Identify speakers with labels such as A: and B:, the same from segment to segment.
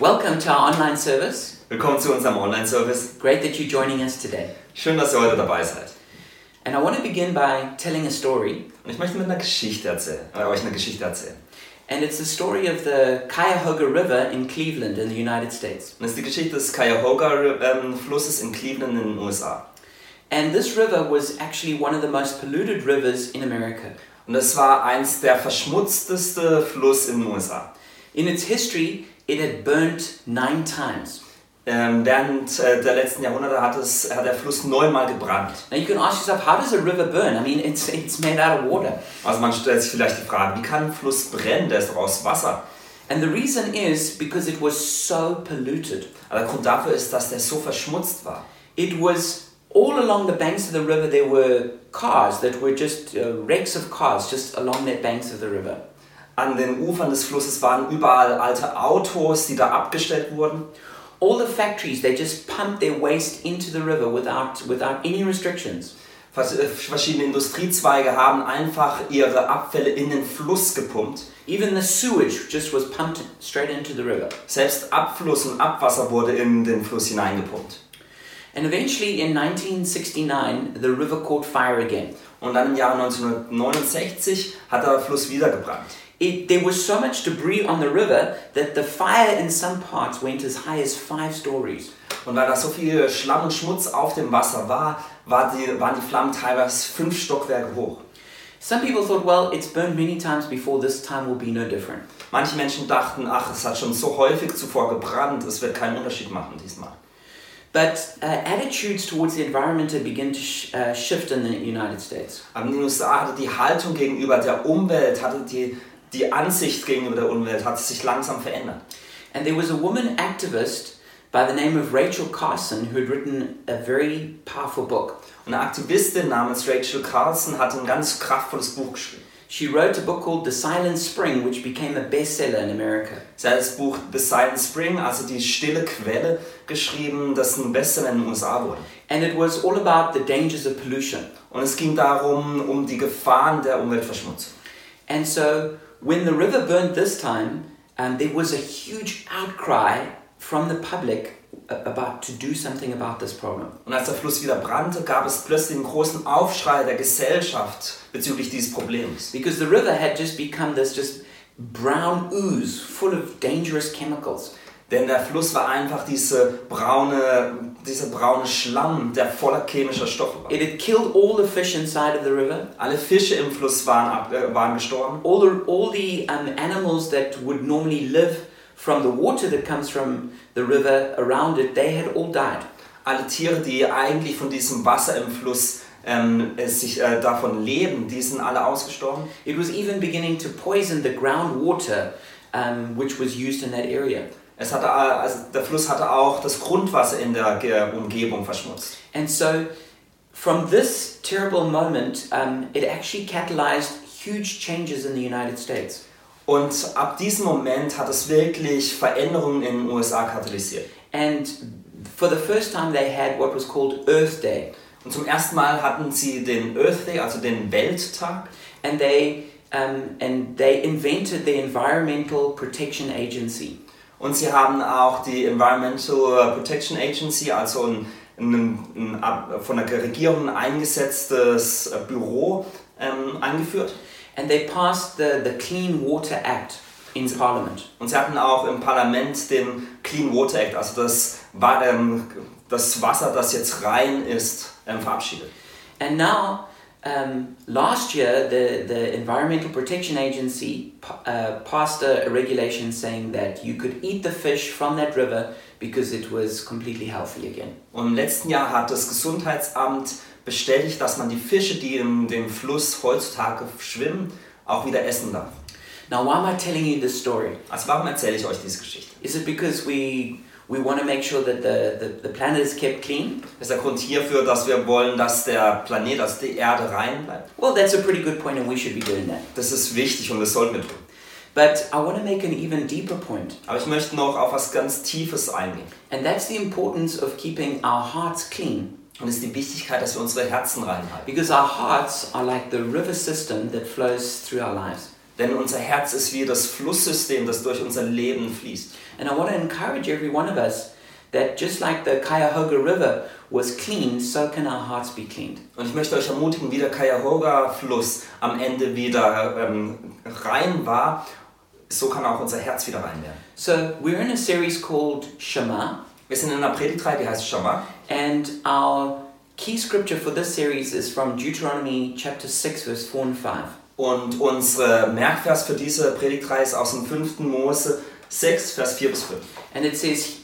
A: Welcome to our online service.
B: Willkommen zu unserem Online-Service.
A: Great that you're joining us today.
B: Schön, dass ihr heute dabei seid.
A: And I want to begin by telling a story.
B: Und ich möchte mit einer Geschichte erzählen, äh, euch eine Geschichte erzählen.
A: And it's the story of the Cuyahoga River in Cleveland in the United States.
B: Und das ist die Geschichte des Cuyahoga-Flusses in Cleveland in den USA.
A: And this river was actually one of the most polluted rivers in America.
B: Und das war eins der verschmutzteste Fluss in den USA.
A: In its history, it had burnt nine times.
B: Ähm, während äh, der letzten Jahrhunderte hat, es, hat der Fluss neunmal gebrannt.
A: Now you can ask yourself, how does a river burn? I mean, it's, it's made out of water.
B: Also man stellt sich vielleicht die Frage, wie kann ein Fluss brennen? Der ist doch aus Wasser.
A: And the reason is because it was so polluted.
B: Aber der Grund dafür ist, dass der so verschmutzt war.
A: It was all along the banks of the river, there were cars that were just uh, wrecks of cars just along the banks of the river.
B: An den Ufern des Flusses waren überall alte Autos, die da abgestellt wurden.
A: All the factories, they just pumped their waste into the river without, without any restrictions.
B: Vers- äh, Verschiedene Industriezweige haben einfach ihre Abfälle in den Fluss gepumpt.
A: Even the sewage just was pumped straight into the river.
B: Selbst Abfluss und Abwasser wurde in den Fluss hineingepumpt.
A: And eventually in 1969, the river caught fire again.
B: Und dann im Jahre 1969 hat der Fluss wieder gebrannt.
A: It, there was so much debris on the river that the fire in some parts went as high as five stories.
B: Und weil da so viel Schlamm und Schmutz auf dem Wasser war, war die, waren die Flammen teilweise fünf Stockwerke hoch.
A: Some people thought, well, it's burned many times before, this time will be no different.
B: Manche Menschen dachten, ach, es hat schon so häufig zuvor gebrannt, es wird keinen Unterschied machen diesmal.
A: But uh, attitudes towards the environment had begun to sh- uh, shift in the United States.
B: Aber die USA hatte die Haltung gegenüber der Umwelt, hatte die, die Ansicht gegenüber der Umwelt, hat sich langsam verändert.
A: And there was a woman activist by the name of Rachel Carson who had written a very powerful book.
B: Eine Aktivistin namens Rachel Carlson hat ein ganz kraftvolles Buch geschrieben.
A: She wrote a book called The Silent Spring, which became a bestseller in America.
B: Sie hat das Buch The Silent Spring, also die stille Quelle, geschrieben, das ein Bestseller in den USA wurde.
A: And it was all about the dangers of pollution.
B: Und es ging darum, um die Gefahren der Umweltverschmutzung.
A: And so when the river burned this time, um, there was a huge outcry from the public a- about to do something about this problem.
B: Und als der Fluss wieder brannte, gab es plötzlich einen großen Aufschrei der Gesellschaft bezüglich dieses Problems.
A: Because the river had just become this just brown ooze full of dangerous chemicals.
B: Denn der Fluss war einfach diese braune, dieser braune Schlamm, der voller chemischer Stoffe war.
A: It had killed all the fish inside of the river.
B: Alle Fische im Fluss waren, ab, äh, waren gestorben.
A: All the, all the um, animals that would normally live from the water that comes from the river around it, they had all died.
B: Alle Tiere, die eigentlich von diesem Wasser im Fluss ähm, es sich äh, davon leben, die sind alle ausgestorben.
A: It was even beginning to poison the groundwater um, which was used in that area.
B: Es hatte, äh, also der Fluss hatte auch das Grundwasser in der Ge- Umgebung verschmutzt.
A: And so, from this terrible moment, um, it actually catalyzed huge changes in the United States.
B: Und ab diesem Moment hat es wirklich Veränderungen in den USA katalysiert.
A: And for the first time, they had what was called Earth Day.
B: Und zum ersten Mal hatten sie den Earth Day, also den Welttag.
A: And they, um, and they invented the Environmental Protection Agency.
B: Und sie haben auch die Environmental Protection Agency, also ein, ein, ein ab- von der Regierung eingesetztes äh, Büro ähm, eingeführt.
A: And they passed the, the Clean Water Act in Parliament.
B: Und sie hatten auch im Parlament den Clean Water Act, also das, Wa- ähm, das Wasser, das jetzt rein ist, ähm, verabschiedet.
A: And now, um, last year, the, the Environmental Protection Agency pa- uh, passed a, a regulation saying that you could eat the fish from that river because it was completely healthy again.
B: Und im letzten Jahr hat das Gesundheitsamt bestätigt, dass man die Fische, die in dem Fluss heutzutage schwimmen, auch wieder essen darf.
A: Now, why am I telling you this story?
B: Also warum erzähle ich euch diese Geschichte?
A: Is it because we, we want to make sure that the, the, the planet is kept clean?
B: Das ist der Grund hierfür, dass wir wollen, dass der Planet, also die Erde rein bleibt.
A: Well, that's a pretty good point, and we should be doing that.
B: Das ist wichtig und das sollten wir tun.
A: But I want to make an even deeper point,
B: Aber ich möchte noch auf was ganz Tiefes eingehen.
A: and that's the importance of keeping our hearts clean.
B: Und das ist die Wichtigkeit, dass wir unsere Herzen reinhalten.
A: Because our hearts are like the river system that flows through our lives.
B: Denn unser Herz ist wie das Flusssystem, das durch unser Leben fließt.
A: And I want to encourage every one of us that just like the Cuyahoga River was cleaned, so can our hearts be cleaned.
B: Und ich möchte euch ermutigen, wie der Cuyahoga-Fluss am Ende wieder ähm, rein war, so kann auch unser Herz wieder rein werden.
A: So we're in a series called Shema,
B: Wir sind in einer Predigtreihe, die heißt Schammer.
A: and our key scripture for this series is from Deuteronomy chapter 6, verse 4 and 5.
B: Und unsere Merkvers für diese Predigtreihe ist aus dem 5. Mose 6, Vers 4 bis 5.
A: And it says,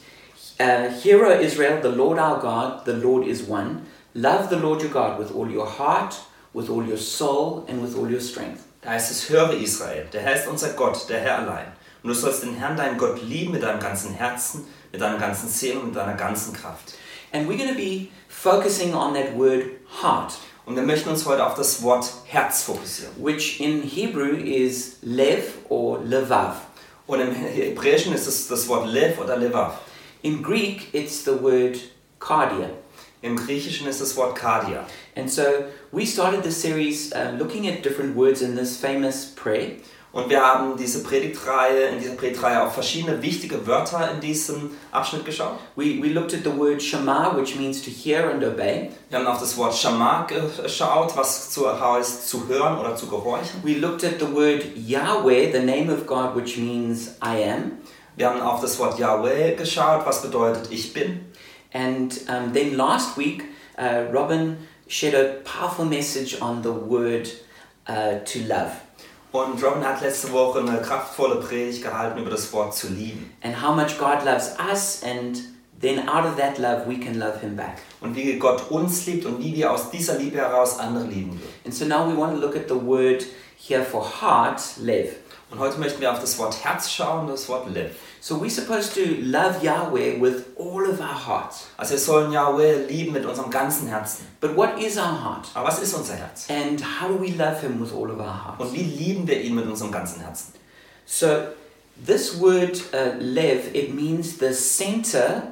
A: uh, Hear, O Israel, the Lord our God, the Lord is one. Love the Lord your God with all your heart, with all your soul, and with all your strength.
B: Da heißt es, höre Israel, der Herr ist unser Gott, der Herr allein. Und du sollst den Herrn, deinen Gott, lieben mit deinem ganzen Herzen, mit deiner ganzen Seele und mit deiner ganzen Kraft.
A: And we're going to be focusing on that word heart,
B: Und wir möchten uns heute auf das Wort Herz fokussieren.
A: which in Hebrew is lev or levav.
B: Und im Hebräischen ist es das Wort Lev oder Levav.
A: In Greek, it's the word cardia.
B: Im Griechischen ist das Wort Kardia.
A: And so we started this series uh, looking at different words in this famous prayer.
B: Und wir haben diese Predigtreihe, in dieser Predigtreihe auch verschiedene wichtige Wörter in diesem Abschnitt geschaut.
A: We, we looked at the word Shema, which means to hear and obey.
B: Wir haben auf das Wort Schama geschaut, was zu, heißt zu hören oder zu gehorchen.
A: We looked at the word Yahweh, the name of God, which means I am.
B: Wir haben auf das Wort Yahweh geschaut, was bedeutet ich bin.
A: And um, then last week, uh, Robin shared a powerful message on the word uh, to love
B: Und Robin hat letzte Woche eine kraftvolle Predigt gehalten über das Wort zu lieben.
A: and how much God loves us, and then out of that love, we can love Him back.
B: Und wie Gott uns liebt und wie wir aus dieser Liebe heraus andere lieben würden.
A: And so now we want to look at the word here for heart, live.
B: Und heute möchten wir auf das Wort Herz schauen, das Wort Liv.
A: So we're supposed to love Yahweh with all of our hearts.
B: Also wir sollen Yahweh lieben mit unserem ganzen Herzen.
A: But what is our heart?
B: Aber was ist unser Herz?
A: And how do we love Him with all of our hearts?
B: Und wie lieben wir ihn mit unserem ganzen Herzen?
A: So, this word uh, lev, it means the center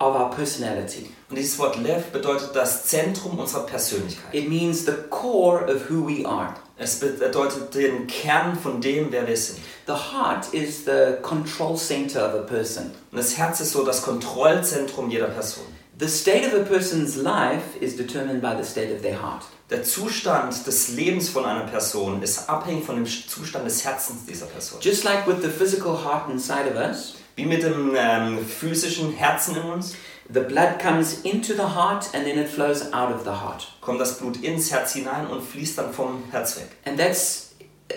A: of our personality.
B: Und dieses Wort Lev bedeutet das Zentrum unserer Persönlichkeit.
A: It means the core of who we are.
B: Es bedeutet den Kern von dem, wer wir sind.
A: The heart is the control center of a person.
B: Und das Herz ist so das Kontrollzentrum jeder Person.
A: The state of a person's life is determined by the state of their heart.
B: Der Zustand des Lebens von einer Person ist abhängig von dem Zustand des Herzens dieser Person.
A: Just like with the physical heart inside of us,
B: Wie mit dem ähm, physischen Herzen in uns
A: the blood comes into the heart and then it flows out of the heart.
B: kommt das Blut ins Herz hinein und fließt dann vom Herz weg.
A: And that's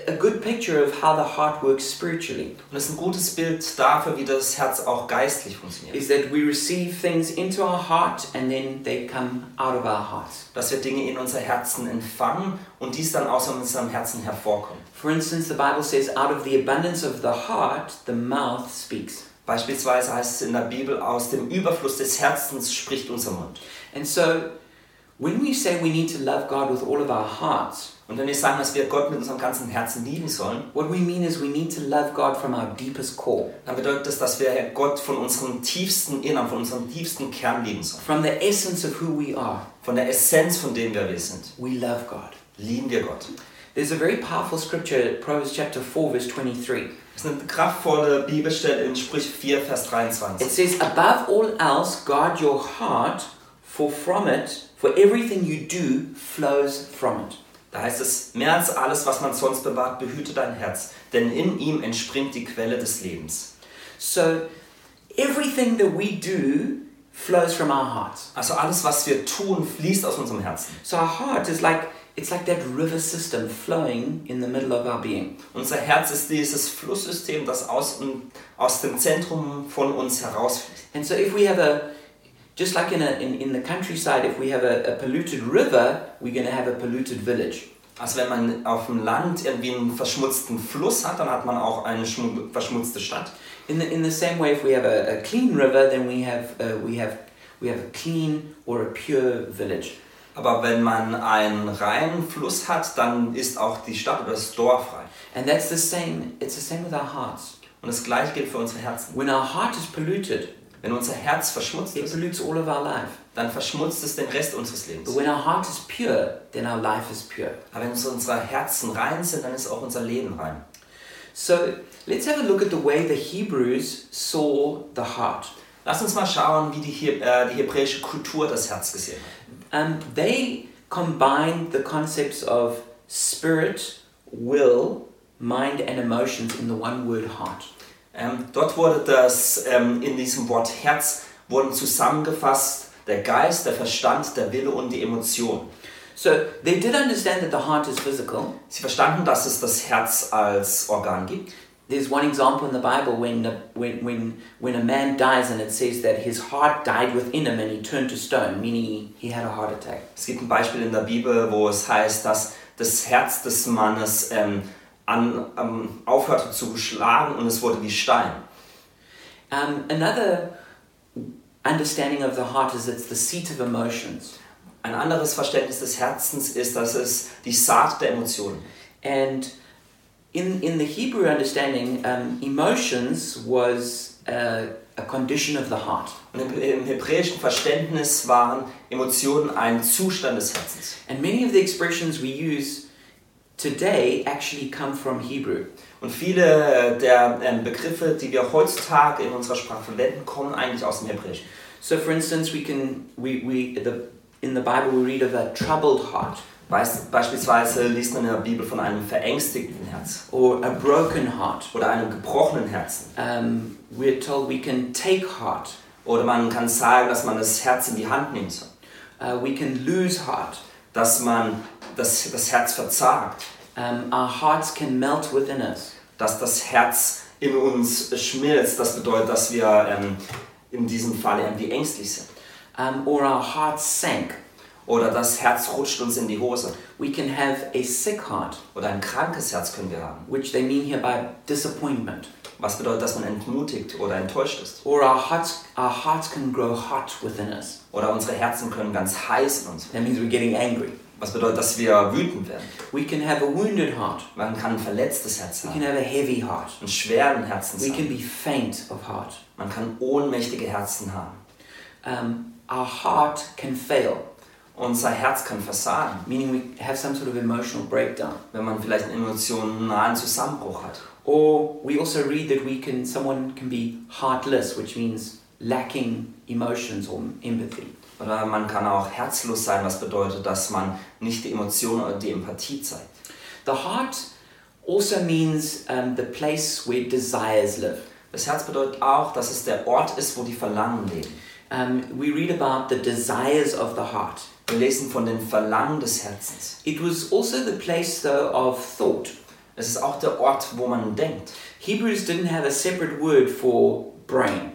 A: a good picture of how the heart works spiritually.
B: Und das ist ein gutes Bild dafür, wie das Herz auch geistlich funktioniert.
A: is that we receive things into our heart and then they come out of our hearts.
B: Dass wir Dinge in unser Herzen empfangen und dies dann aus unserem Herzen hervorkommt.
A: For instance, the Bible says, out of the abundance of the heart, the mouth speaks.
B: Beispielsweise heißt es in der Bibel, aus dem Überfluss des Herzens spricht unser Mund.
A: And so, when we say we need to love God with all of our hearts,
B: Und wenn wir sagen, dass wir Gott mit unserem ganzen Herzen lieben sollen,
A: what we mean is we need to love God from our deepest core,
B: dann bedeutet das, dass wir Gott von unserem tiefsten Innern, von unserem tiefsten Kern lieben sollen.
A: from the essence of who we are.
B: Von der Essenz von dem, wer wir sind,
A: We love God.
B: lieben wir Gott.
A: There's a very powerful scripture, Proverbs chapter 4, verse 23.
B: Das ist eine kraftvolle Bibelstelle in Sprüche 4, Vers
A: It
B: 23.
A: says, above all else, guard your heart, for from it, for everything you do flows from it.
B: Da heißt es, mehr als alles, was man sonst bewahrt, behüte dein Herz, denn in ihm entspringt die Quelle des Lebens.
A: So everything that we do flows from our hearts.
B: Also alles, was wir tun, fließt aus unserem Herzen.
A: So our heart is like it's like that river system flowing in the middle of our being.
B: Unser Herz ist dieses Flusssystem, das aus, aus dem Zentrum von uns herausfließt.
A: And so if we have a just like in, a, in, in the countryside, if we have a, a polluted river, we're going to have a polluted village.
B: Also wenn man auf dem Land irgendwie einen verschmutzten Fluss hat, dann hat man auch eine schmu- verschmutzte Stadt.
A: In the, in the same way, if we have a, a clean river, then we have, uh, we, have, we have a clean or a pure village.
B: Aber wenn man einen reinen Fluss hat, dann ist auch die Stadt oder das Dorf rein.
A: And that's the same, it's the same with our hearts.
B: Und das gleiche gilt für unsere Herzen.
A: When our heart is polluted,
B: Wenn unser Herz verschmutzt
A: it
B: ist,
A: pollutes all of our life.
B: dann verschmutzt es den Rest unseres
A: But
B: Lebens.
A: when our heart is pure, then our life is pure.
B: Aber wenn unsere Herzen rein sind, dann ist auch unser Leben rein.
A: So let's have a look at the way the Hebrews saw the heart.
B: Lass uns mal schauen, wie die, Heb- äh, die hebräische Kultur das Herz gesehen hat.
A: Um, they combined the concepts of spirit, will, mind, and emotions in the one word heart.
B: Ähm, dort wurde das, ähm, in diesem Wort Herz, wurden zusammengefasst der Geist, der Verstand, der Wille und die Emotion.
A: So they did understand that the heart is physical.
B: Sie verstanden, dass es das Herz als Organ gibt.
A: There's one example in the Bible when, the, when, when, when a man dies and it says that his heart died within him and he turned to stone, meaning he had a heart attack.
B: Es gibt ein Beispiel in der Bibel, wo es heißt, dass das Herz des Mannes ähm, an, ähm, aufhörte zu schlagen und es wurde wie Stein.
A: Um, another understanding of the heart is it's the seat of emotions.
B: Ein anderes Verständnis des Herzens ist, dass es die Saat der Emotionen ist.
A: And in, in the Hebrew understanding, um, emotions was uh, a condition of the heart.
B: Und im, im hebräischen Verständnis waren Emotionen ein Zustand des Herzens.
A: And many of the expressions we use today actually come from Hebrew.
B: Und viele der ähm, Begriffe, die wir heutzutage in unserer Sprache verwenden, kommen eigentlich aus dem Hebräischen.
A: So, for instance, we can, we, we, the, in the Bible, we read of a troubled heart
B: Weiß, beispielsweise liest man in der Bibel von einem verängstigten Herz
A: or a broken heart.
B: oder einem gebrochenen Herzen.
A: Um, we're told we can take heart,
B: Oder man kann sagen, dass man das Herz in die Hand nehmen soll.
A: uh, we can lose heart.
B: Dass man das, das Herz verzagt.
A: Um, our hearts can melt within us.
B: Dass das Herz in uns schmilzt. Das bedeutet, dass wir ähm, in diesem Fall irgendwie ängstlich sind.
A: Um, or our hearts sank.
B: Oder das Herz rutscht uns in die Hose.
A: We can have a sick heart,
B: Oder ein krankes Herz können wir haben.
A: which they mean here by disappointment.
B: Was bedeutet, dass man entmutigt oder enttäuscht ist.
A: Or our hearts, our hearts can grow hot within us.
B: Oder unsere Herzen können ganz heiß in uns werden.
A: That means we're getting angry.
B: Was bedeutet, dass wir wütend werden.
A: We can have a wounded heart.
B: Man kann ein verletztes Herz
A: We can
B: haben.
A: have a heavy heart.
B: Einen schweren Herzen
A: We
B: haben.
A: can be faint of heart.
B: Man kann ohnmächtige Herzen haben.
A: Um, our heart can fail,
B: Unser Herz kann versagen,
A: meaning we have some sort of emotional breakdown.
B: wenn man vielleicht einen emotionalen Zusammenbruch hat.
A: Or we also read that we can, someone can be heartless, which means lacking emotions or empathy.
B: Oder man kann auch herzlos sein, was bedeutet, dass man nicht die Emotion oder die Empathie zeigt.
A: The heart also means um, the place where desires live.
B: Das Herz bedeutet auch, dass es der Ort ist, wo die Verlangen leben.
A: Um, we read about the desires of the heart.
B: Wir lesen von den Verlangen des Herzens.
A: It was also the place, though, of thought.
B: Es ist auch der Ort, wo man denkt.
A: Hebrews didn't have a separate word for brain.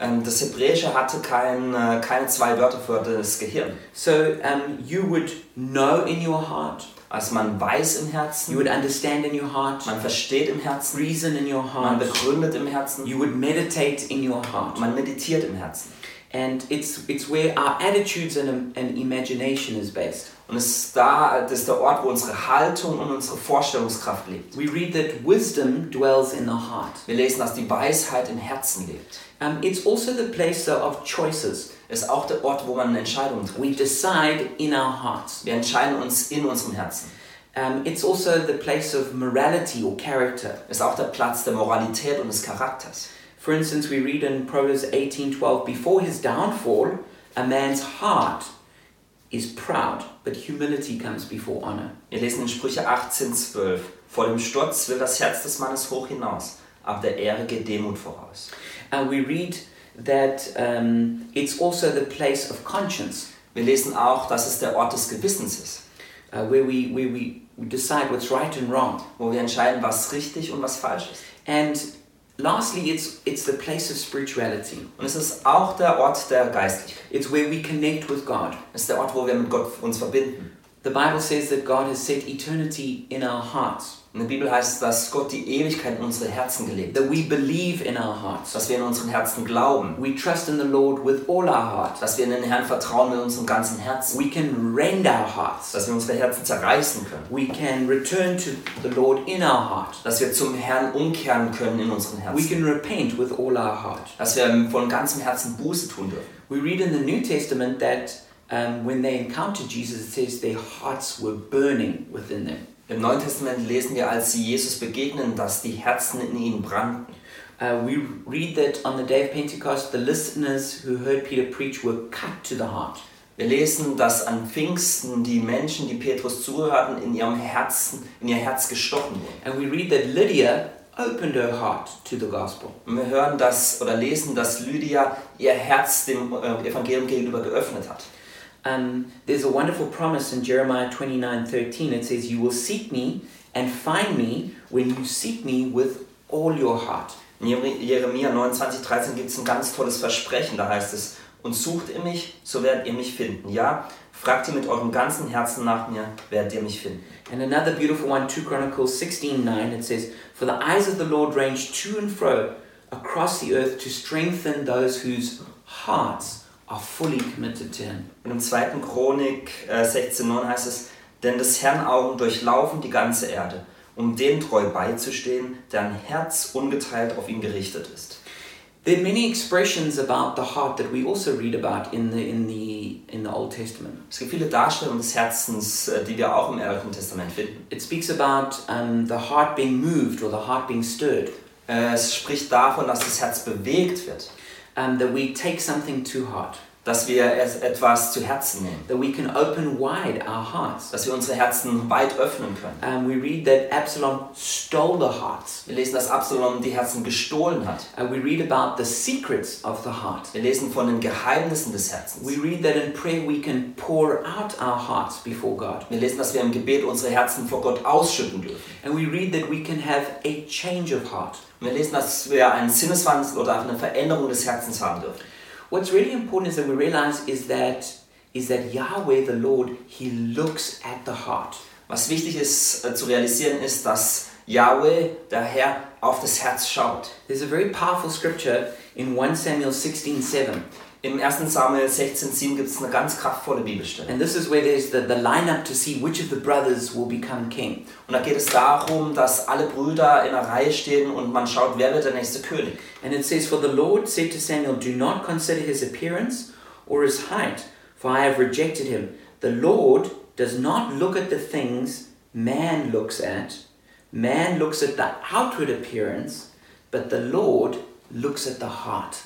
B: Ähm, Das Hebräische hatte kein, äh, keine zwei Wörter für das Gehirn.
A: So um, you would know in your heart,
B: Also man weiß im
A: you
B: Herzen,
A: would understand in your heart,
B: man versteht im Herzen,
A: reason in your heart,
B: man begründet im Herzen,
A: you would meditate in your heart.
B: man meditiert im Herzen.
A: And it's, it's where our attitudes and, um, and imagination is based.
B: Und es ist da, das ist der Ort, wo unsere Haltung und unsere Vorstellungskraft lebt.
A: We read that wisdom dwells in the heart.
B: Wir lesen, dass die Weisheit im Herzen lebt.
A: Um, it's also the place though, of choices.
B: Es ist auch der Ort, wo man Entscheidungen trifft.
A: We decide in our hearts.
B: Wir entscheiden uns in unserem Herzen.
A: Um, it's also the place of morality or character.
B: Es ist auch der Platz der Moralität und des Charakters.
A: For instance, we read in Proverbs 18:12, before his downfall, a man's heart is proud, but humility comes before honor.
B: Wir lesen in Sprüche 18, 12. Vor dem Sturz will das Herz des Mannes hoch hinaus, aber der Ehre geht Demut voraus.
A: And Uh, we read that um, it's also the place of conscience,
B: Wir lesen auch, dass es der Ort des Gewissens ist,
A: uh, where we where we decide what's right and wrong.
B: wo wir entscheiden, was richtig und was falsch ist.
A: And lastly, it's it's the place of spirituality.
B: Und es ist auch der Ort der Geistlichkeit.
A: It's where we connect with God.
B: Es ist der Ort, wo wir mit Gott uns verbinden.
A: The Bible says that God has set eternity in our hearts,
B: In der Bibel heißt es, dass Gott die Ewigkeit in unsere Herzen gelegt hat,
A: that we believe in our hearts.
B: dass wir in unseren Herzen glauben,
A: We trust in the Lord with all our heart.
B: dass wir in den Herrn vertrauen mit unserem ganzen Herzen,
A: We can rend our hearts.
B: dass wir unsere Herzen zerreißen können,
A: We can return to the Lord in our heart.
B: dass wir zum Herrn umkehren können in unseren
A: We
B: Herzen,
A: can repent with all our heart.
B: dass wir von ganzem Herzen Buße tun dürfen.
A: We read in the New Testament that um, when they encountered Jesus, it says their hearts were burning within them.
B: Im Neuen Testament lesen wir, als sie Jesus begegnen, dass die Herzen in ihnen brannten.
A: Uh, we read that on the day of Pentecost, the listeners who heard Peter preach were cut to the heart.
B: Wir lesen, dass an Pfingsten die Menschen, die Petrus zuhörten, in ihrem Herzen, in ihr Herz gestochen wurden.
A: And we read that Lydia opened her heart to the gospel.
B: Und wir hören das oder lesen, dass Lydia ihr Herz dem äh, Evangelium gegenüber geöffnet hat.
A: Um, there's a wonderful promise in Jeremiah 29 13. It says, You will seek me and find me when you seek me with all your heart.
B: In Jer- Jeremia 29, 13 gibt es ein ganz tolles Versprechen, da heißt es, und sucht ihr mich, so werdet ihr mich finden. Ja, fragt ihr mit eurem ganzen Herzen nach mir, werdet ihr mich finden.
A: And another beautiful one, 2 Chronicles 16 9, it says, For the eyes of the Lord range to and fro across the earth to strengthen those whose hearts are fully committed to Him.
B: Und im 2. Chronik äh, 16,9 heißt es, denn des Herrn Augen durchlaufen die ganze Erde, um dem treu beizustehen, deren Herz ungeteilt auf ihn gerichtet ist.
A: There are many expressions about the heart that we also read about in the, in the, in the Old Testament.
B: Es gibt viele Darstellungen des Herzens, äh, die wir auch im Alten Testament finden.
A: It speaks about um, the heart being moved or the heart being stirred,
B: Äh, es spricht davon, dass das Herz bewegt wird,
A: um, that we take something to heart,
B: dass wir es etwas zu Herzen nehmen,
A: that we can open wide our hearts.
B: dass wir unsere Herzen weit öffnen können.
A: Um, we read that Absalom stole the hearts.
B: Wir lesen, dass Absalom die Herzen gestohlen hat.
A: Uh, we read about the secrets of the heart.
B: Wir lesen von den Geheimnissen des Herzens.
A: We read that in prayer we can pour out our hearts before God.
B: Wir lesen, dass wir im Gebet unsere Herzen vor Gott ausschütten dürfen.
A: And we read that we can have a change of heart.
B: Wir lesen, dass wir einen Sinneswandel oder eine Veränderung des Herzens haben dürfen.
A: What's really important is that we realize is that is that Yahweh the Lord he looks at the heart.
B: Was wichtig ist äh, zu realisieren, ist, dass Yahweh, der Herr, auf das Herz schaut.
A: There's a very powerful scripture in 1 Samuel 16:7.
B: Im 1. Samuel 16,7 gibt es eine ganz kraftvolle Bibelstelle.
A: And this is where there's the, the lineup to see which of the brothers will become king.
B: Und da geht es darum, dass alle Brüder in einer Reihe stehen und man schaut, wer wird der nächste König.
A: And it says, For the Lord said to Samuel, Do not consider his appearance or his height, for I have rejected him. The Lord does not look at the things man looks at. Man looks at the outward appearance, but the Lord looks at the heart.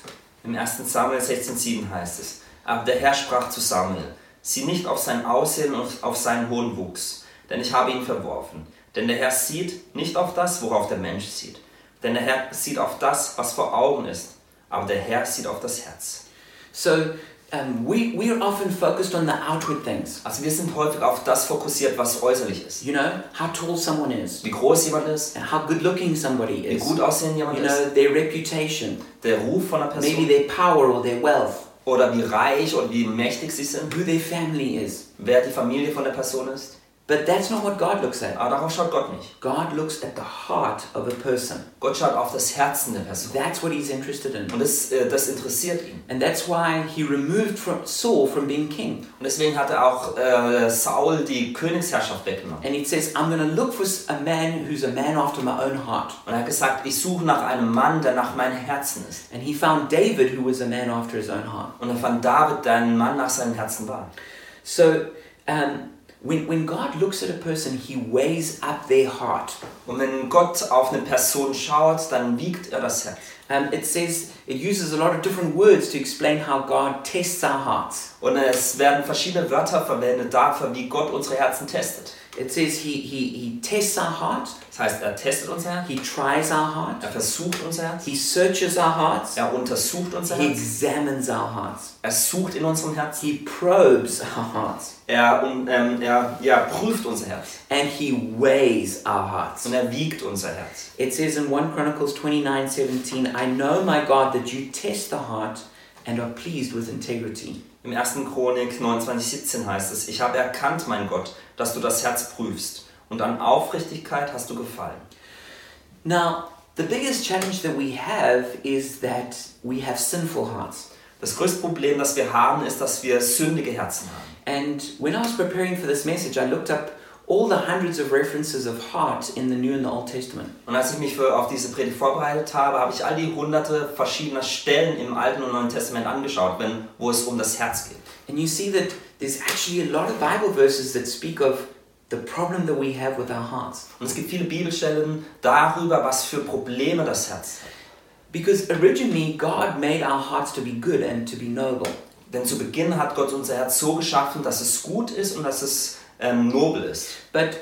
B: Im 1. Samuel 16,7 heißt es: Aber der Herr sprach zu Samuel: Sieh nicht auf sein Aussehen und auf seinen hohen Wuchs, denn ich habe ihn verworfen. Denn der Herr sieht nicht auf das, worauf der Mensch sieht. Denn der Herr sieht auf das, was vor Augen ist. Aber der Herr sieht auf das Herz.
A: So um, we, we are often focused on the outward things.
B: Also, wir sind häufig auf das fokussiert, was äußerlich ist.
A: You know, how tall someone is,
B: Wie groß jemand ist,
A: how good looking somebody
B: wie
A: is,
B: gut aussehen jemand
A: you
B: ist,
A: know, their reputation,
B: der Ruf von einer
A: maybe
B: Person
A: their power or their wealth,
B: oder wie reich oder wie mächtig sie sind,
A: who their family is.
B: wer die Familie von der Person ist.
A: But that's not what God looks at.
B: Aber darauf schaut Gott nicht.
A: God looks at the heart of a person.
B: Gott schaut auf das Herzen der Person.
A: That's what he's interested in.
B: Und das, äh, das interessiert ihn.
A: And that's why he removed from Saul from being king.
B: Und deswegen hat er auch äh, Saul die Königsherrschaft weggenommen.
A: And it says, I'm going to look for a man who's a man after my own heart.
B: Und er hat gesagt, ich suche nach einem Mann, der nach meinem Herzen ist.
A: And he found David, who was a man after his own heart.
B: Und er fand David, der ein Mann nach seinem Herzen war.
A: So um, when, when God looks at a person, he weighs up their heart.
B: Und wenn Gott auf eine Person schaut, dann wiegt er das Herz.
A: Um, it says, it uses a lot of different words to explain how God tests our hearts.
B: Und es werden verschiedene Wörter verwendet dafür, wie Gott unsere Herzen testet.
A: It says he, he, he tests our heart,
B: Das heißt, er testet unser Herz,
A: he tries our heart,
B: er versucht unser Herz,
A: He searches our hearts.
B: er untersucht unser
A: He
B: Herz,
A: examines our hearts.
B: er sucht in unserem Herzen,
A: He probes our hearts.
B: er, un- ähm, er, ja, prüft unser Herz
A: And he weighs our hearts.
B: und er wiegt unser Herz.
A: It says in 1 Chronicles 29 17, I know, my God, that you test the heart and are pleased with integrity.
B: Im 1. Chronik 29,17 heißt es: Ich habe erkannt, mein Gott, dass du das Herz prüfst, und an Aufrichtigkeit hast du gefallen.
A: Now, the biggest challenge that we have is that we have sinful hearts.
B: Das größte Problem, das wir haben, ist, dass wir sündige Herzen haben.
A: And when I was preparing for this message, I looked up all the hundreds of references of heart in the New and the Old Testament.
B: Und als ich mich für, auf diese Predigt vorbereitet habe, habe ich all die hunderte verschiedener Stellen im Alten und Neuen Testament angeschaut, wenn, wo es um das Herz geht.
A: And you see that there's actually a lot of Bible verses that speak of the problem that we have with our hearts.
B: Und es gibt viele Bibelstellen darüber, was für Probleme das Herz hat.
A: Because originally God made our hearts to be good and to be noble.
B: Denn zu Beginn hat Gott unser Herz so geschaffen, dass es gut ist und dass es ähm, nobel ist.
A: But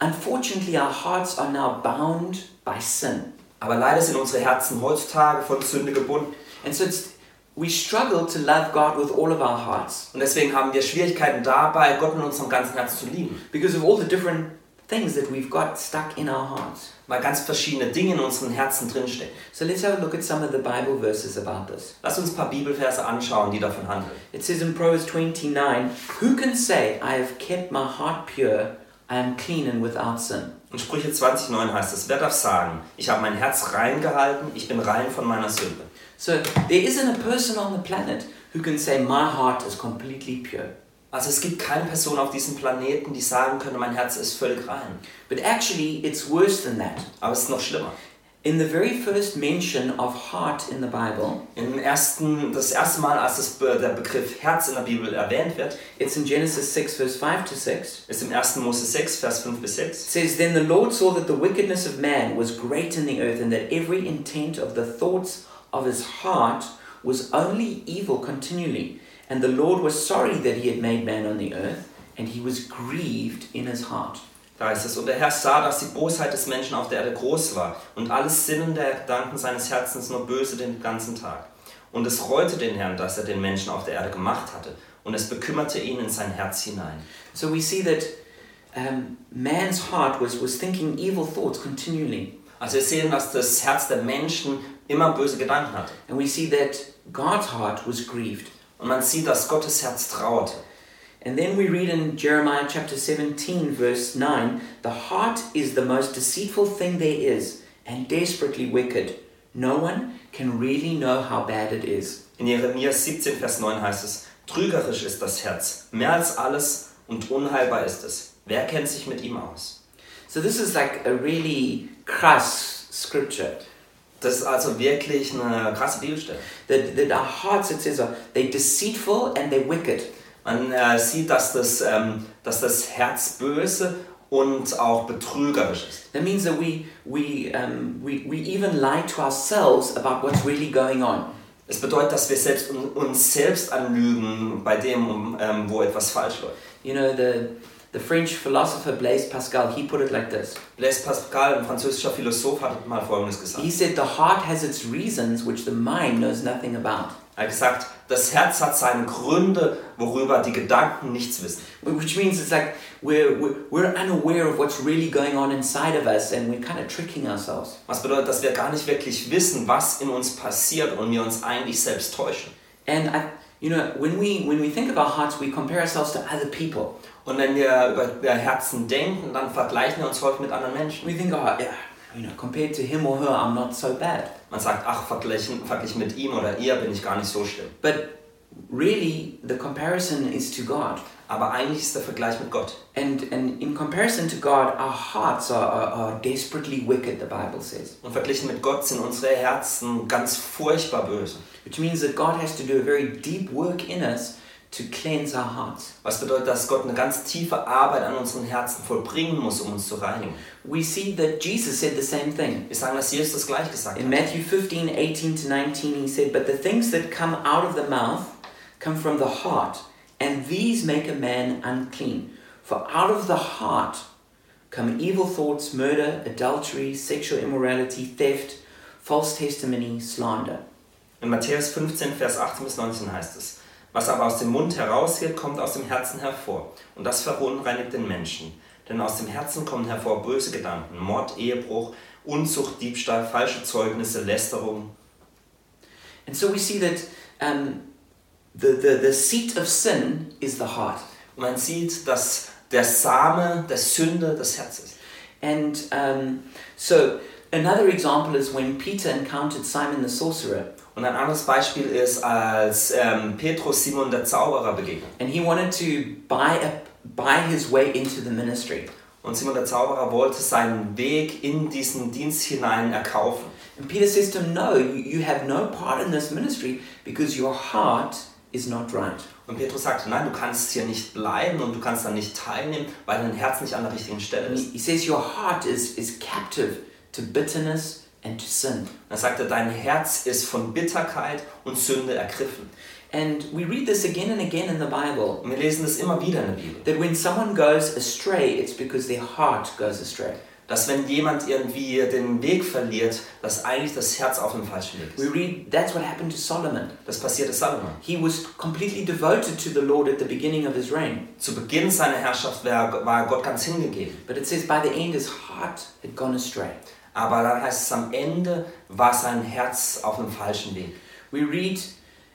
A: unfortunately, our hearts are now bound by sin.
B: Aber leider sind unsere Herzen heutzutage von Sünde gebunden.
A: And so it's, we struggle to love God with all of our hearts
B: Und deswegen haben wir Schwierigkeiten dabei, Gott mit unserem ganzen Herzen zu lieben.
A: because of all the different things that we've got stuck in our hearts.
B: Weil ganz verschiedene Dinge in unseren Herzen drinstecken.
A: So let's have a look at some of the Bible verses about this.
B: Lass uns ein paar Bibelverse anschauen, die davon handeln.
A: It says in Proverbs 29 Who can say, I have kept my heart pure, I am clean and without sin?
B: In Sprüche 20,9 heißt es, wer darf sagen, ich habe mein Herz rein gehalten, ich bin rein von meiner Sünde.
A: So there isn't a person on the planet who can say, My heart is completely pure.
B: Also es gibt keine Person auf diesem Planeten, die sagen könnte, mein Herz ist völlig rein.
A: But actually, it's worse than that.
B: Aber es ist noch schlimmer.
A: In the very first mention of heart in the Bible,
B: Im ersten, das erste Mal, als das, Be- der Begriff Herz in der Bibel erwähnt wird,
A: it's in Genesis 6, verse 5 to 6.
B: ist im 1. Mose 6, Vers 5 bis
A: It
B: 6.
A: says, Then the Lord saw that the wickedness of man was great in the earth, and that every intent of the thoughts of his heart was only evil continually. And the Lord was sorry that he had made man on the earth, and he was grieved in his heart.
B: Da heißt es, und der Herr sah, dass die Bosheit des Menschen auf der Erde groß war und alles Sinnen der Gedanken seines Herzens nur böse den ganzen Tag. Und es reute den Herrn, dass er den Menschen auf der Erde gemacht hatte, und es bekümmerte ihn in sein Herz hinein.
A: So we see that um, man's heart was, was thinking evil thoughts continually.
B: Also wir sehen, dass das Herz der Menschen immer böse Gedanken hatte.
A: And we see that God's heart was grieved.
B: Und man sieht, dass Gottes Herz trauerte.
A: And then we read in Jeremiah chapter 17, verse 9 The heart is the most deceitful thing there is and desperately wicked. No one can really know how bad it is.
B: In Jeremia 17, Vers 9 heißt es, trügerisch ist das Herz, mehr als alles und unheilbar ist es. Wer kennt sich mit ihm aus?
A: So, this is like a really crass scripture
B: Das ist also wirklich eine krasse Bibelstelle.
A: that, that our hearts, it says, are they deceitful and they're wicked.
B: Man äh, sieht, dass das, ähm, dass das Herz böse und auch betrügerisch ist.
A: That means that we, we, um, we, we even lie to ourselves about what's really going on.
B: Es bedeutet, dass wir selbst un- uns selbst anlügen bei dem, um, ähm, wo etwas falsch läuft.
A: You know, the, the French philosopher Blaise Pascal, he put it like this
B: Blaise Pascal, ein französischer Philosoph, hat mal Folgendes gesagt.
A: He said the heart has its reasons which the mind knows nothing about.
B: Er hat gesagt, das Herz hat seine Gründe, worüber die Gedanken nichts wissen.
A: Which means it's like we're, we're, we're unaware of what's really going on inside of us and we're kind of tricking ourselves.
B: Was bedeutet, dass wir gar nicht wirklich wissen, was in uns passiert und wir uns eigentlich selbst täuschen.
A: And I, you know, when we, when we think of our hearts, we compare ourselves to other people.
B: Und wenn wir über, über Herzen denken, dann vergleichen wir uns häufig mit anderen Menschen.
A: We think, oh, yeah, you know, compared to him or her, I'm not so bad.
B: Man sagt, ach, verglichen, verglichen mit ihm oder ihr bin ich gar nicht so schlimm.
A: But really, the comparison is to God.
B: Aber eigentlich ist der Vergleich mit Gott.
A: And, and in comparison to God, our hearts are, are, are desperately wicked, the Bible says.
B: Und verglichen mit Gott sind unsere Herzen ganz furchtbar böse.
A: which means that God has to do a very deep work in us to cleanse our hearts.
B: Was bedeutet, dass Gott eine ganz tiefe Arbeit an unseren Herzen vollbringen muss, um uns zu reinigen.
A: We see that Jesus said the same thing.
B: Wir sagen, dass Jesus das gleich gesagt
A: In
B: hat.
A: Matthew 15, 18 to 19, he said, But the things that come out of the mouth come from the heart, and these make a man unclean. For out of the heart come evil thoughts, murder, adultery, sexual immorality, theft, false testimony, slander.
B: In Matthäus 15, Vers 18 bis 19 heißt es, was aber aus dem Mund herausgeht, kommt aus dem Herzen hervor, und das verunreinigt den Menschen. Denn aus dem Herzen kommen hervor böse Gedanken, Mord, Ehebruch, Unzucht, Diebstahl, falsche Zeugnisse, Lästerung.
A: And so we see that um, the, the, the seat of sin is the heart.
B: Und man sieht, dass der Same der Sünde das Herz ist.
A: And um, so another example is when Peter encountered Simon the sorcerer,
B: Und ein anderes Beispiel ist, als ähm, Petrus Simon der Zauberer begegnet.
A: and he wanted to buy a, buy his way into the ministry.
B: Und Simon der Zauberer wollte seinen Weg in diesen Dienst hinein erkaufen.
A: And Peter says to him, "No, you, you have no part in this ministry because your heart is not right.
B: Und Petrus sagte, nein, du kannst hier nicht bleiben und du kannst da nicht teilnehmen, weil dein Herz nicht an der richtigen Stelle
A: He
B: ist.
A: he says your heart is, is captive to bitterness and to sin.
B: Und er sagte, dein Herz ist von Bitterkeit und Sünde ergriffen.
A: And we read this again and again in the Bible
B: Und wir lesen das immer wieder in der Bibel,
A: that when someone goes astray, it's because their heart goes astray.
B: dass wenn jemand irgendwie den Weg verliert, dass eigentlich das Herz auf dem falschen Weg
A: We
B: ist.
A: read that's what happened to Solomon.
B: Das passierte Salomon.
A: He was completely devoted to the Lord at the beginning of his reign,
B: Zu Beginn seiner Herrschaft war war Gott ganz hingegeben.
A: but it says by the end his heart had gone astray.
B: Aber dann heißt es, am Ende war sein Herz auf dem falschen Weg.
A: We read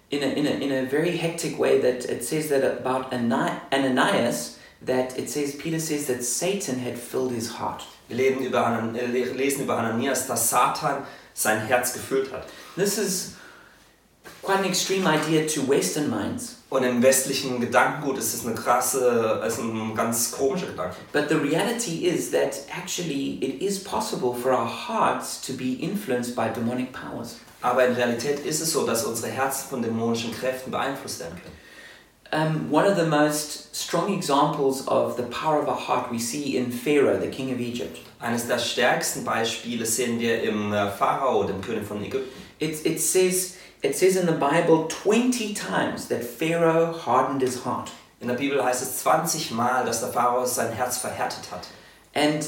A: in a, in a, in a very hectic way that it says that about Ani- Ananias, that it says, Peter says that Satan had filled his heart.
B: Wir leben über, Anan- äh, lesen über Ananias, dass Satan sein Herz gefüllt hat.
A: This is quite an extreme idea to Western minds,
B: Und im westlichen Gedankengut ist es eine krasse, ist ein ganz komischer Gedanke.
A: but the reality is that actually it is possible for our hearts to be influenced by demonic powers.
B: Aber in Realität ist es so, dass unsere Herzen von dämonischen Kräften beeinflusst werden können.
A: Um, one of the most strong examples of the power of our heart we see in Pharaoh, the king of Egypt.
B: Eines der stärksten Beispiele sehen wir im äh, Pharao, dem König von Ägypten.
A: It, it, says, it says in the Bible 20 times that Pharaoh hardened his heart.
B: In der Bibel heißt es 20 Mal, dass der Pharao sein Herz verhärtet hat.
A: And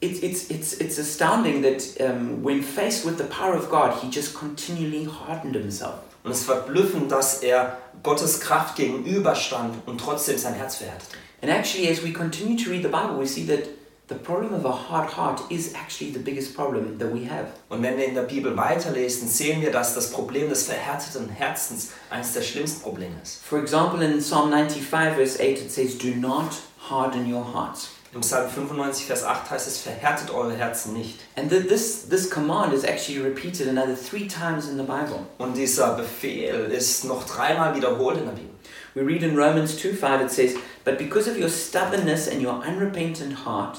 A: it, it's, it's, it's astounding that um, when faced with the power of God, he just continually hardened himself.
B: Und es ist verblüffend, dass er Gottes Kraft gegenüberstand und trotzdem sein Herz verhärtete.
A: And actually, as we continue to read the Bible, we see that the problem of a hard heart is actually the biggest problem that we have.
B: Und wenn wir in der Bibel weiterlesen, sehen wir, dass das Problem des verhärteten Herzens eines der schlimmsten Probleme ist.
A: For example, in Psalm 95, verse 8, it says, Do not harden your hearts.
B: Im Psalm 95, Vers 8 heißt es, verhärtet eure Herzen nicht.
A: And th- this, this command is actually repeated another three times in the Bible.
B: Und dieser Befehl ist noch dreimal wiederholt in der Bibel.
A: We read in Romans 2 5, it says, But because of your stubbornness and your unrepentant heart,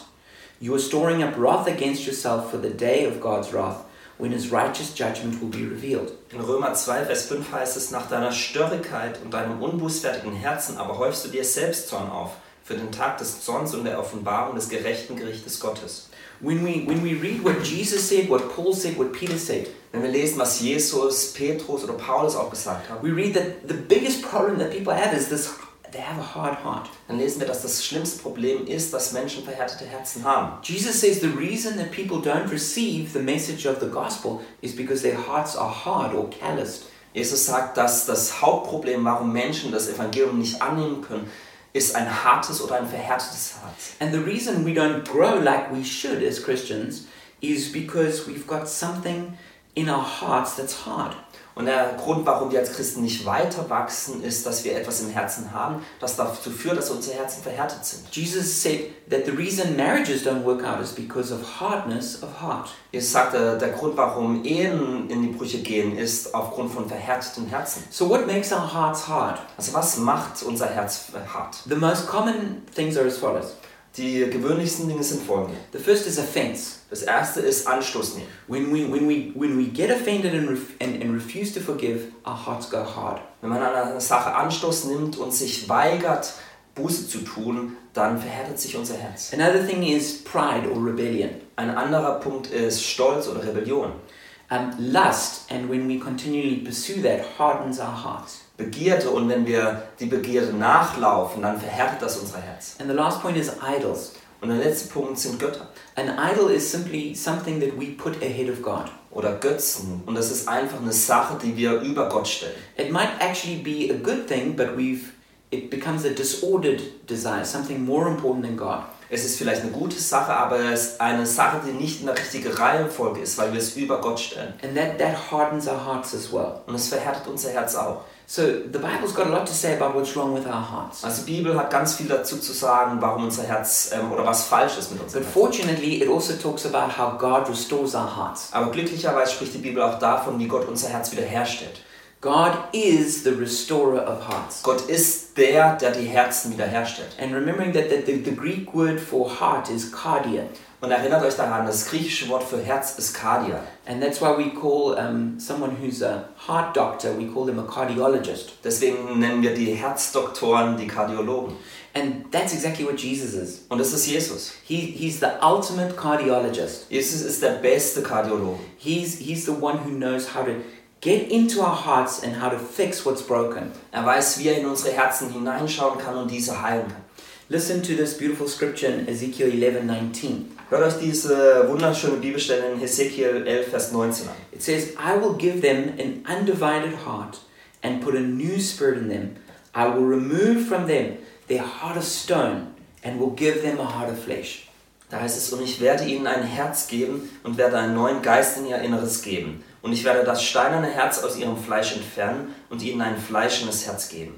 A: you are storing up wrath against yourself for the day of God's wrath, when his righteous judgment will be revealed.
B: In Römer 2, Vers 5 heißt es, nach deiner Störrigkeit und deinem unbußfertigen Herzen aber häufst du dir selbst Zorn auf für den Tag des Zorns und der Offenbarung des gerechten Gerichtes Gottes.
A: When we, when we read what Jesus said, what Paul said, what Peter said,
B: Wenn wir lesen, was Jesus, Petrus oder Paulus auch gesagt haben,
A: we read that the biggest problem that people have is this they have a hard heart.
B: dann lesen wir, dass das schlimmste Problem ist, dass Menschen verhärtete Herzen haben.
A: Jesus says the reason that people don't receive the message of the gospel is because their hearts are hard or calloused.
B: Jesus sagt, dass das Hauptproblem, warum Menschen das Evangelium nicht annehmen können, ist ein hartes oder ein verhärtetes Herz.
A: And the reason we don't grow like we should as Christians is because we've got something in our hearts that's hard.
B: Und der Grund, warum wir als Christen nicht weiter wachsen, ist, dass wir etwas im Herzen haben, das dazu führt, dass unsere Herzen verhärtet sind.
A: Jesus said that the reason marriages don't work out is because of hardness of heart.
B: Jesus sagt, äh, der Grund, warum Ehen in die Brüche gehen, ist aufgrund von verhärteten Herzen.
A: So, what makes our hearts hard?
B: Also was macht unser Herz hart?
A: The most common things are as follows
B: Die gewöhnlichsten Dinge sind folgende.
A: the first is offense.
B: Das erste ist Anstoß nehmen.
A: When we, when we, when we get offended and, ref- and, and refuse to forgive, our hearts go hard.
B: Wenn man an einer Sache Anstoß nimmt und sich weigert, Buße zu tun, dann verhärtet sich unser Herz.
A: Another thing is pride or rebellion,
B: Ein anderer Punkt ist Stolz oder Rebellion.
A: um, lust, and when we continually pursue that, hardens our hearts.
B: Begierde und wenn wir die Begierde nachlaufen, dann verhärtet das unser Herz.
A: And the last point is idols.
B: Und der letzte Punkt sind Götter
A: An idol is simply something that we put ahead of God.
B: oder Götzen. Und das ist einfach eine Sache, die wir über Gott stellen.
A: It might actually be a good thing, but we've it becomes a disordered desire, something more important than God.
B: Es ist vielleicht eine gute Sache, aber es ist eine Sache, die nicht in der richtigen Reihenfolge ist, weil wir es über Gott stellen.
A: And that, that hardens our hearts as well.
B: Und es verhärtet unser Herz auch.
A: So the Bible's got a lot to say about what's wrong with our hearts.
B: Also die Bibel hat ganz viel dazu zu sagen, warum unser Herz ähm, oder was falsch ist mit
A: But
B: unserem Herz.
A: fortunately, it also talks about how God restores our hearts.
B: Aber glücklicherweise spricht die Bibel auch davon, wie Gott unser Herz wiederherstellt.
A: God is the restorer of hearts.
B: Gott ist der, der die Herzen wiederherstellt.
A: And remembering that the, the, the Greek word for heart is cardia.
B: Und erinnert euch daran, das griechische Wort für Herz ist Kardia.
A: And that's why we call um, someone who's a heart doctor, we call them a cardiologist.
B: Deswegen nennen wir die Herzdoktoren die Kardiologen.
A: And that's exactly what Jesus is.
B: Und das ist Jesus.
A: He, he's the ultimate cardiologist.
B: Jesus ist der beste Kardiologe.
A: He's, he's the one who knows how to get into our hearts and how to fix what's broken.
B: Er weiß, wie er in unsere Herzen hineinschauen kann und diese heilen kann.
A: Listen to this beautiful scripture in Ezekiel 11 19.
B: Hört euch diese wunderschöne Bibelstelle in Hesekiel 11, Vers 19 an.
A: It says, I will give them an undivided heart and put a new spirit in them. I will remove from them their heart of stone and will give them a heart of flesh.
B: Da heißt es, und ich werde ihnen ein Herz geben und werde einen neuen Geist in ihr Inneres geben. Und ich werde das steinerne Herz aus ihrem Fleisch entfernen und ihnen ein fleischendes Herz geben.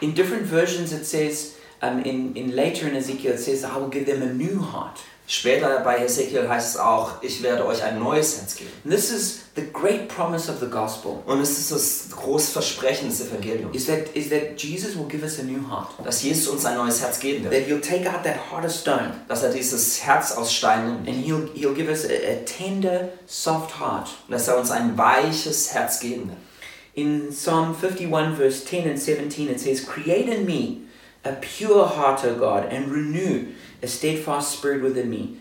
A: In different versions, it says, um, in, in later in Ezekiel, it says, I will give them a new heart.
B: Später bei Hesekiel heißt es auch, ich werde euch ein neues Herz geben.
A: And this is the great promise of the gospel
B: Und es ist das große Versprechen des Evangeliums,
A: is that, is that Jesus will give us a new heart.
B: dass Jesus uns ein neues Herz geben wird.
A: That he'll take out that heart of stone
B: Dass er dieses Herz aus Stein nimmt.
A: and he'll, he'll give us a, a tender, soft heart.
B: Und dass er uns ein weiches Herz geben wird.
A: In Psalm 51, verse 10 and 17, it says, Create in me a pure heart, O God, and renew a steadfast spirit within me.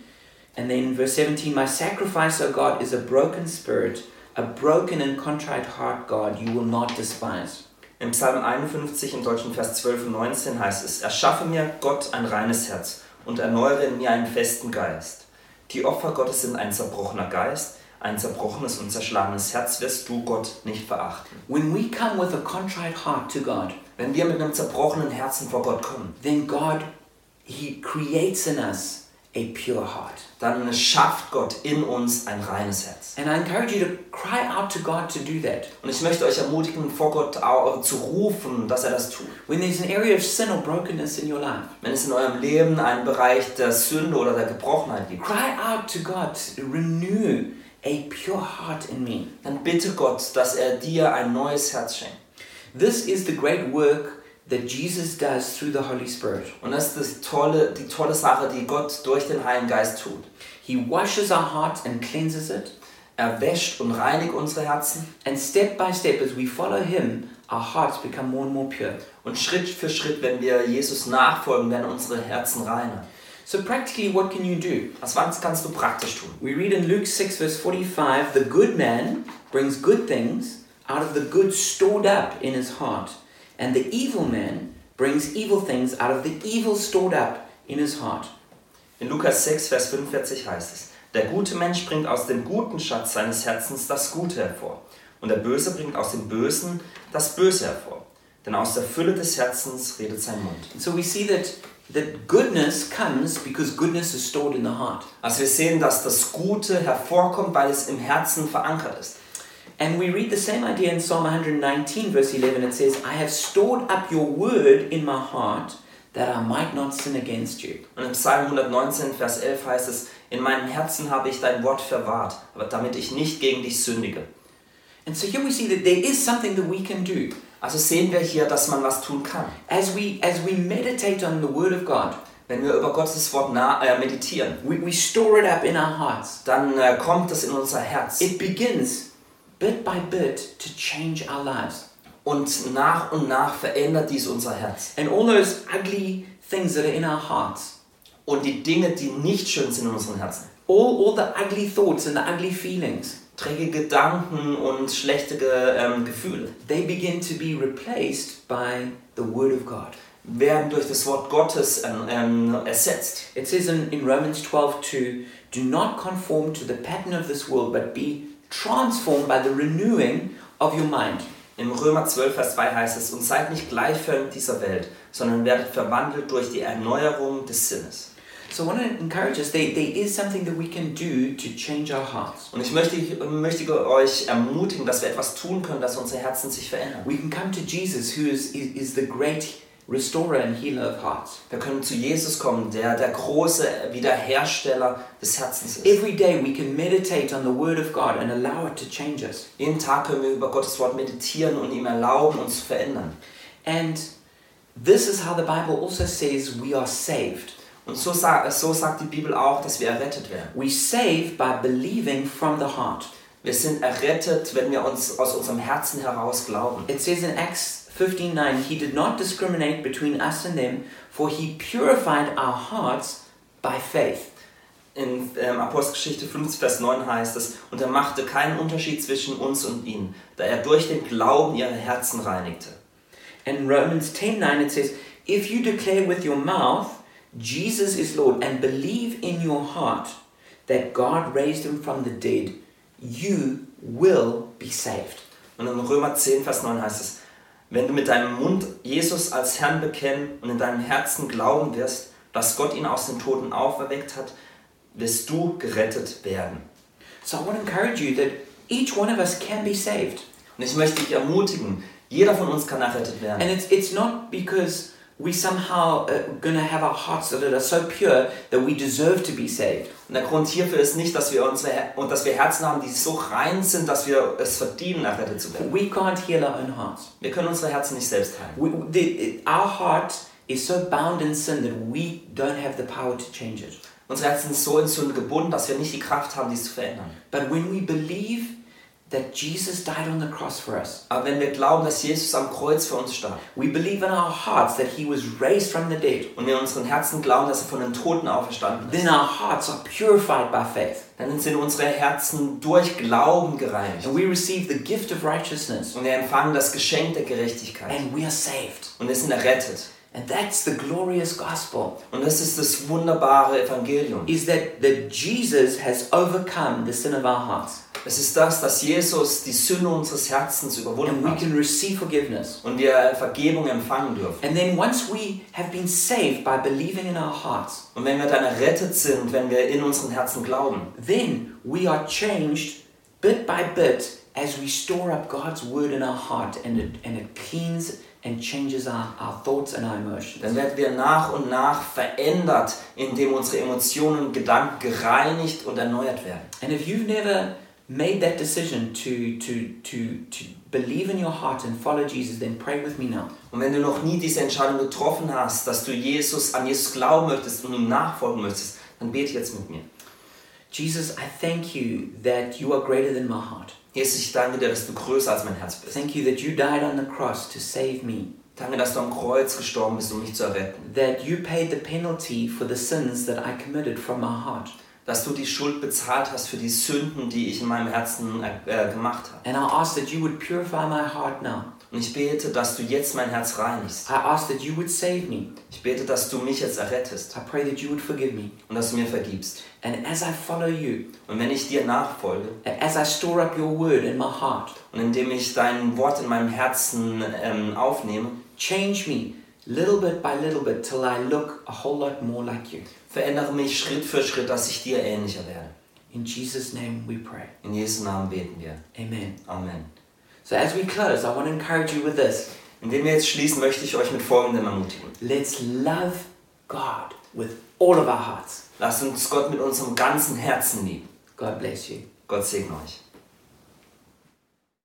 A: And then verse 17, My sacrifice, O God, is a broken spirit, a broken and contrite heart, God, you will not despise.
B: Im Psalm 51 im deutschen Vers 12 und 19 heißt es, Erschaffe mir Gott ein reines Herz und erneuere in mir einen festen Geist. Die Opfer Gottes sind ein zerbrochener Geist, ein zerbrochenes und zerschlagenes Herz wirst du Gott nicht verachten.
A: When we come with a contrite heart to God,
B: Wenn wir mit einem zerbrochenen Herzen vor Gott kommen,
A: then God, He creates in us a pure heart.
B: dann schafft Gott in uns ein reines Herz.
A: And I encourage you to cry out to God to do that.
B: Und ich möchte euch ermutigen, vor Gott au- zu rufen, dass er das tut.
A: When there's an area of sin or brokenness in your life,
B: Wenn es in eurem Leben einen Bereich der Sünde oder der Gebrochenheit gibt,
A: Cry out to God, renew a pure heart in me.
B: dann bitte Gott, dass er dir ein neues Herz schenkt.
A: This is the great work that Jesus does through the Holy Spirit.
B: Und das ist das tolle, die tolle Sache, die Gott durch den Heiligen Geist tut.
A: He washes our heart and cleanses it,
B: Er wäscht und reinigt unsere Herzen
A: and step by step, as we follow Him, our hearts become more and more pure.
B: und Schritt für Schritt, wenn wir Jesus nachfolgen, werden unsere Herzen reiner.
A: So, practically, what can you do?
B: Was wann kannst du praktisch tun?
A: We read in Luke 6, verse 45 the good man brings good things out of the good stored up in his heart, and the evil man brings evil things out of the evil stored up in his heart.
B: In Lukas 6, Vers 45 heißt es, der gute Mensch bringt aus dem guten Schatz seines Herzens das Gute hervor und der Böse bringt aus dem Bösen das Böse hervor. Denn aus der Fülle des Herzens redet sein Mund.
A: So we see that that goodness comes because goodness is stored in the heart.
B: Also wir sehen, dass das Gute hervorkommt, weil es im Herzen verankert ist.
A: And we read the same idea in Psalm 119 verse 11 it says, "I have stored up your word in my heart that I might not sin against you."
B: Und im Psalm 119, Vers 11 heißt es, in meinem Herzen habe ich dein Wort verwahrt, aber damit ich nicht gegen dich sündige.
A: And so here we see that there is something that we can do.
B: Also sehen wir hier, dass man was tun kann.
A: As we as we meditate on the word of God,
B: Wenn wir über Gottes Wort na äh, meditieren,
A: we, we store it up in our hearts.
B: dann äh, kommt es in unser Herz.
A: It begins bit by bit to change our lives.
B: Und nach und nach verändert dies unser Herz.
A: And all those ugly things that are in our hearts,
B: Und die Dinge, die nicht schön sind in unseren Herzen,
A: all all the ugly thoughts and the ugly feelings,
B: dreckige Gedanken und schlechte Ge- ähm, Gefühle,
A: they begin to be replaced by the Word of God.
B: werden durch das Wort Gottes ähm, ähm, ersetzt.
A: It says in, in Romans 12 2 Do not conform to the pattern of this world, but be transformed by the renewing of your mind.
B: Im Römer 12, Vers 2 heißt es, und seid nicht gleichförmig dieser Welt, sondern werdet verwandelt durch die Erneuerung des Sinnes.
A: So I want to encourage us there, there is something that we can do to change our hearts.
B: Und ich möchte, möchte euch ermutigen, dass wir etwas tun können, dass unsere Herzen sich verändern.
A: We can come to Jesus, who is, is, is the great restorer and healer of hearts.
B: Wir können zu Jesus kommen, der der große Wiederhersteller des Herzens ist.
A: Every day we can meditate on the Word of God and allow it to change us.
B: Jeden Tag können wir über Gottes Wort meditieren und ihm erlauben, uns zu verändern.
A: And this is how the Bible also says we are saved.
B: Und so, sa- so sagt die Bibel auch, dass wir errettet werden.
A: We're saved by believing from the heart.
B: Wir sind errettet, wenn wir uns aus unserem Herzen heraus glauben.
A: It says in Acts 15:9, he did not discriminate between us and them, for he purified our hearts by faith.
B: In ähm, Apostelgeschichte 5, Vers 9 heißt es, und er machte keinen Unterschied zwischen uns und ihnen, da er durch den Glauben ihre Herzen reinigte.
A: And Romans 10:9 it says, if you declare with your mouth Jesus is Lord and believe in your heart that God raised him from the dead, you will be saved.
B: Und in Römer 10, Vers 9 heißt es, wenn du mit deinem Mund Jesus als Herrn bekennen und in deinem Herzen glauben wirst, dass Gott ihn aus den Toten auferweckt hat, wirst du gerettet werden.
A: So I want to encourage you that each one of us can be saved.
B: Und ich möchte dich ermutigen, jeder von uns kann errettet werden.
A: And it's it's not because we somehow uh, going to have our hearts that are so pure that we deserve to be saved.
B: Und der Grund hierfür ist nicht, dass wir, unsere, Her- und dass wir Herzen haben, die so rein sind, dass wir es verdienen, errettet zu werden.
A: We can't heal our own hearts.
B: Wir können unsere Herzen nicht selbst heilen.
A: We, the, it- our heart is so bound in sin that we don't have the power to change it.
B: Unsere Herzen sind so in Sünde gebunden, dass wir nicht die Kraft haben, dies zu verändern.
A: But when we believe that Jesus died on the cross for us,
B: Aber wenn wir glauben, dass Jesus am Kreuz für uns starb,
A: we believe in our hearts that he was raised from the dead,
B: und wir in unseren Herzen glauben, dass er von den Toten auferstanden ist,
A: then our hearts are purified by faith.
B: dann sind unsere Herzen durch Glauben gereinigt.
A: And we receive the gift of righteousness
B: Und wir empfangen das Geschenk der Gerechtigkeit.
A: and we are saved.
B: Und wir sind errettet.
A: And that's the glorious gospel.
B: Und das ist das wunderbare Evangelium.
A: is that, that Jesus has overcome the sin of our hearts
B: Es ist das, dass Jesus die Sünde unseres Herzens
A: and
B: überwunden
A: we
B: hat.
A: can receive forgiveness.
B: Und wir Vergebung empfangen dürfen.
A: And then once we have been saved by believing in our hearts,
B: Und wenn wir dann errettet sind, wenn wir in unseren Herzen glauben,
A: then we are changed bit by bit as we store up God's word in our heart and it, and it cleans and changes our, our thoughts and our emotions.
B: dann werden wir nach und nach verändert, indem unsere Emotionen und Gedanken gereinigt und erneuert werden.
A: And if you've never made that decision to, to, to, to believe in your heart and follow Jesus, then pray with me now.
B: Und wenn du noch nie diese Entscheidung getroffen hast, dass du Jesus an Jesus glauben möchtest und ihm nachfolgen möchtest, dann bete jetzt mit mir.
A: Jesus, I thank you that you are greater than my heart.
B: Jesus, ich danke dir, dass du größer als mein Herz bist.
A: Thank you that you died on the cross to save me,
B: Danke, dass du am Kreuz gestorben bist, um mich zu erretten.
A: that you paid the penalty for the sins that I committed from my heart.
B: Dass du die Schuld bezahlt hast für die Sünden, die ich in meinem Herzen äh, gemacht habe.
A: And I ask that you would purify my heart now.
B: Und ich bete, dass du jetzt mein Herz reinigst.
A: I ask that you would save me.
B: Ich bete, dass du mich jetzt errettest
A: I pray that you would forgive me.
B: und dass du mir vergibst.
A: And as I follow you,
B: Und wenn ich dir nachfolge
A: as I store up your word in my heart,
B: und indem ich dein Wort in meinem Herzen ähm, aufnehme,
A: change me little bit by little bit till I look a whole lot more like you.
B: verändere mich Schritt für Schritt, dass ich dir ähnlicher werde.
A: In Jesus' name we pray.
B: In Jesu Namen beten wir.
A: Amen.
B: Amen.
A: So as we close, I want to encourage you with this.
B: Indem wir jetzt schließen, möchte ich euch mit Folgendem ermutigen.
A: Let's love God with all of our hearts.
B: Lasst uns Gott mit unserem ganzen Herzen lieben.
A: God bless you.
B: Gott segne euch.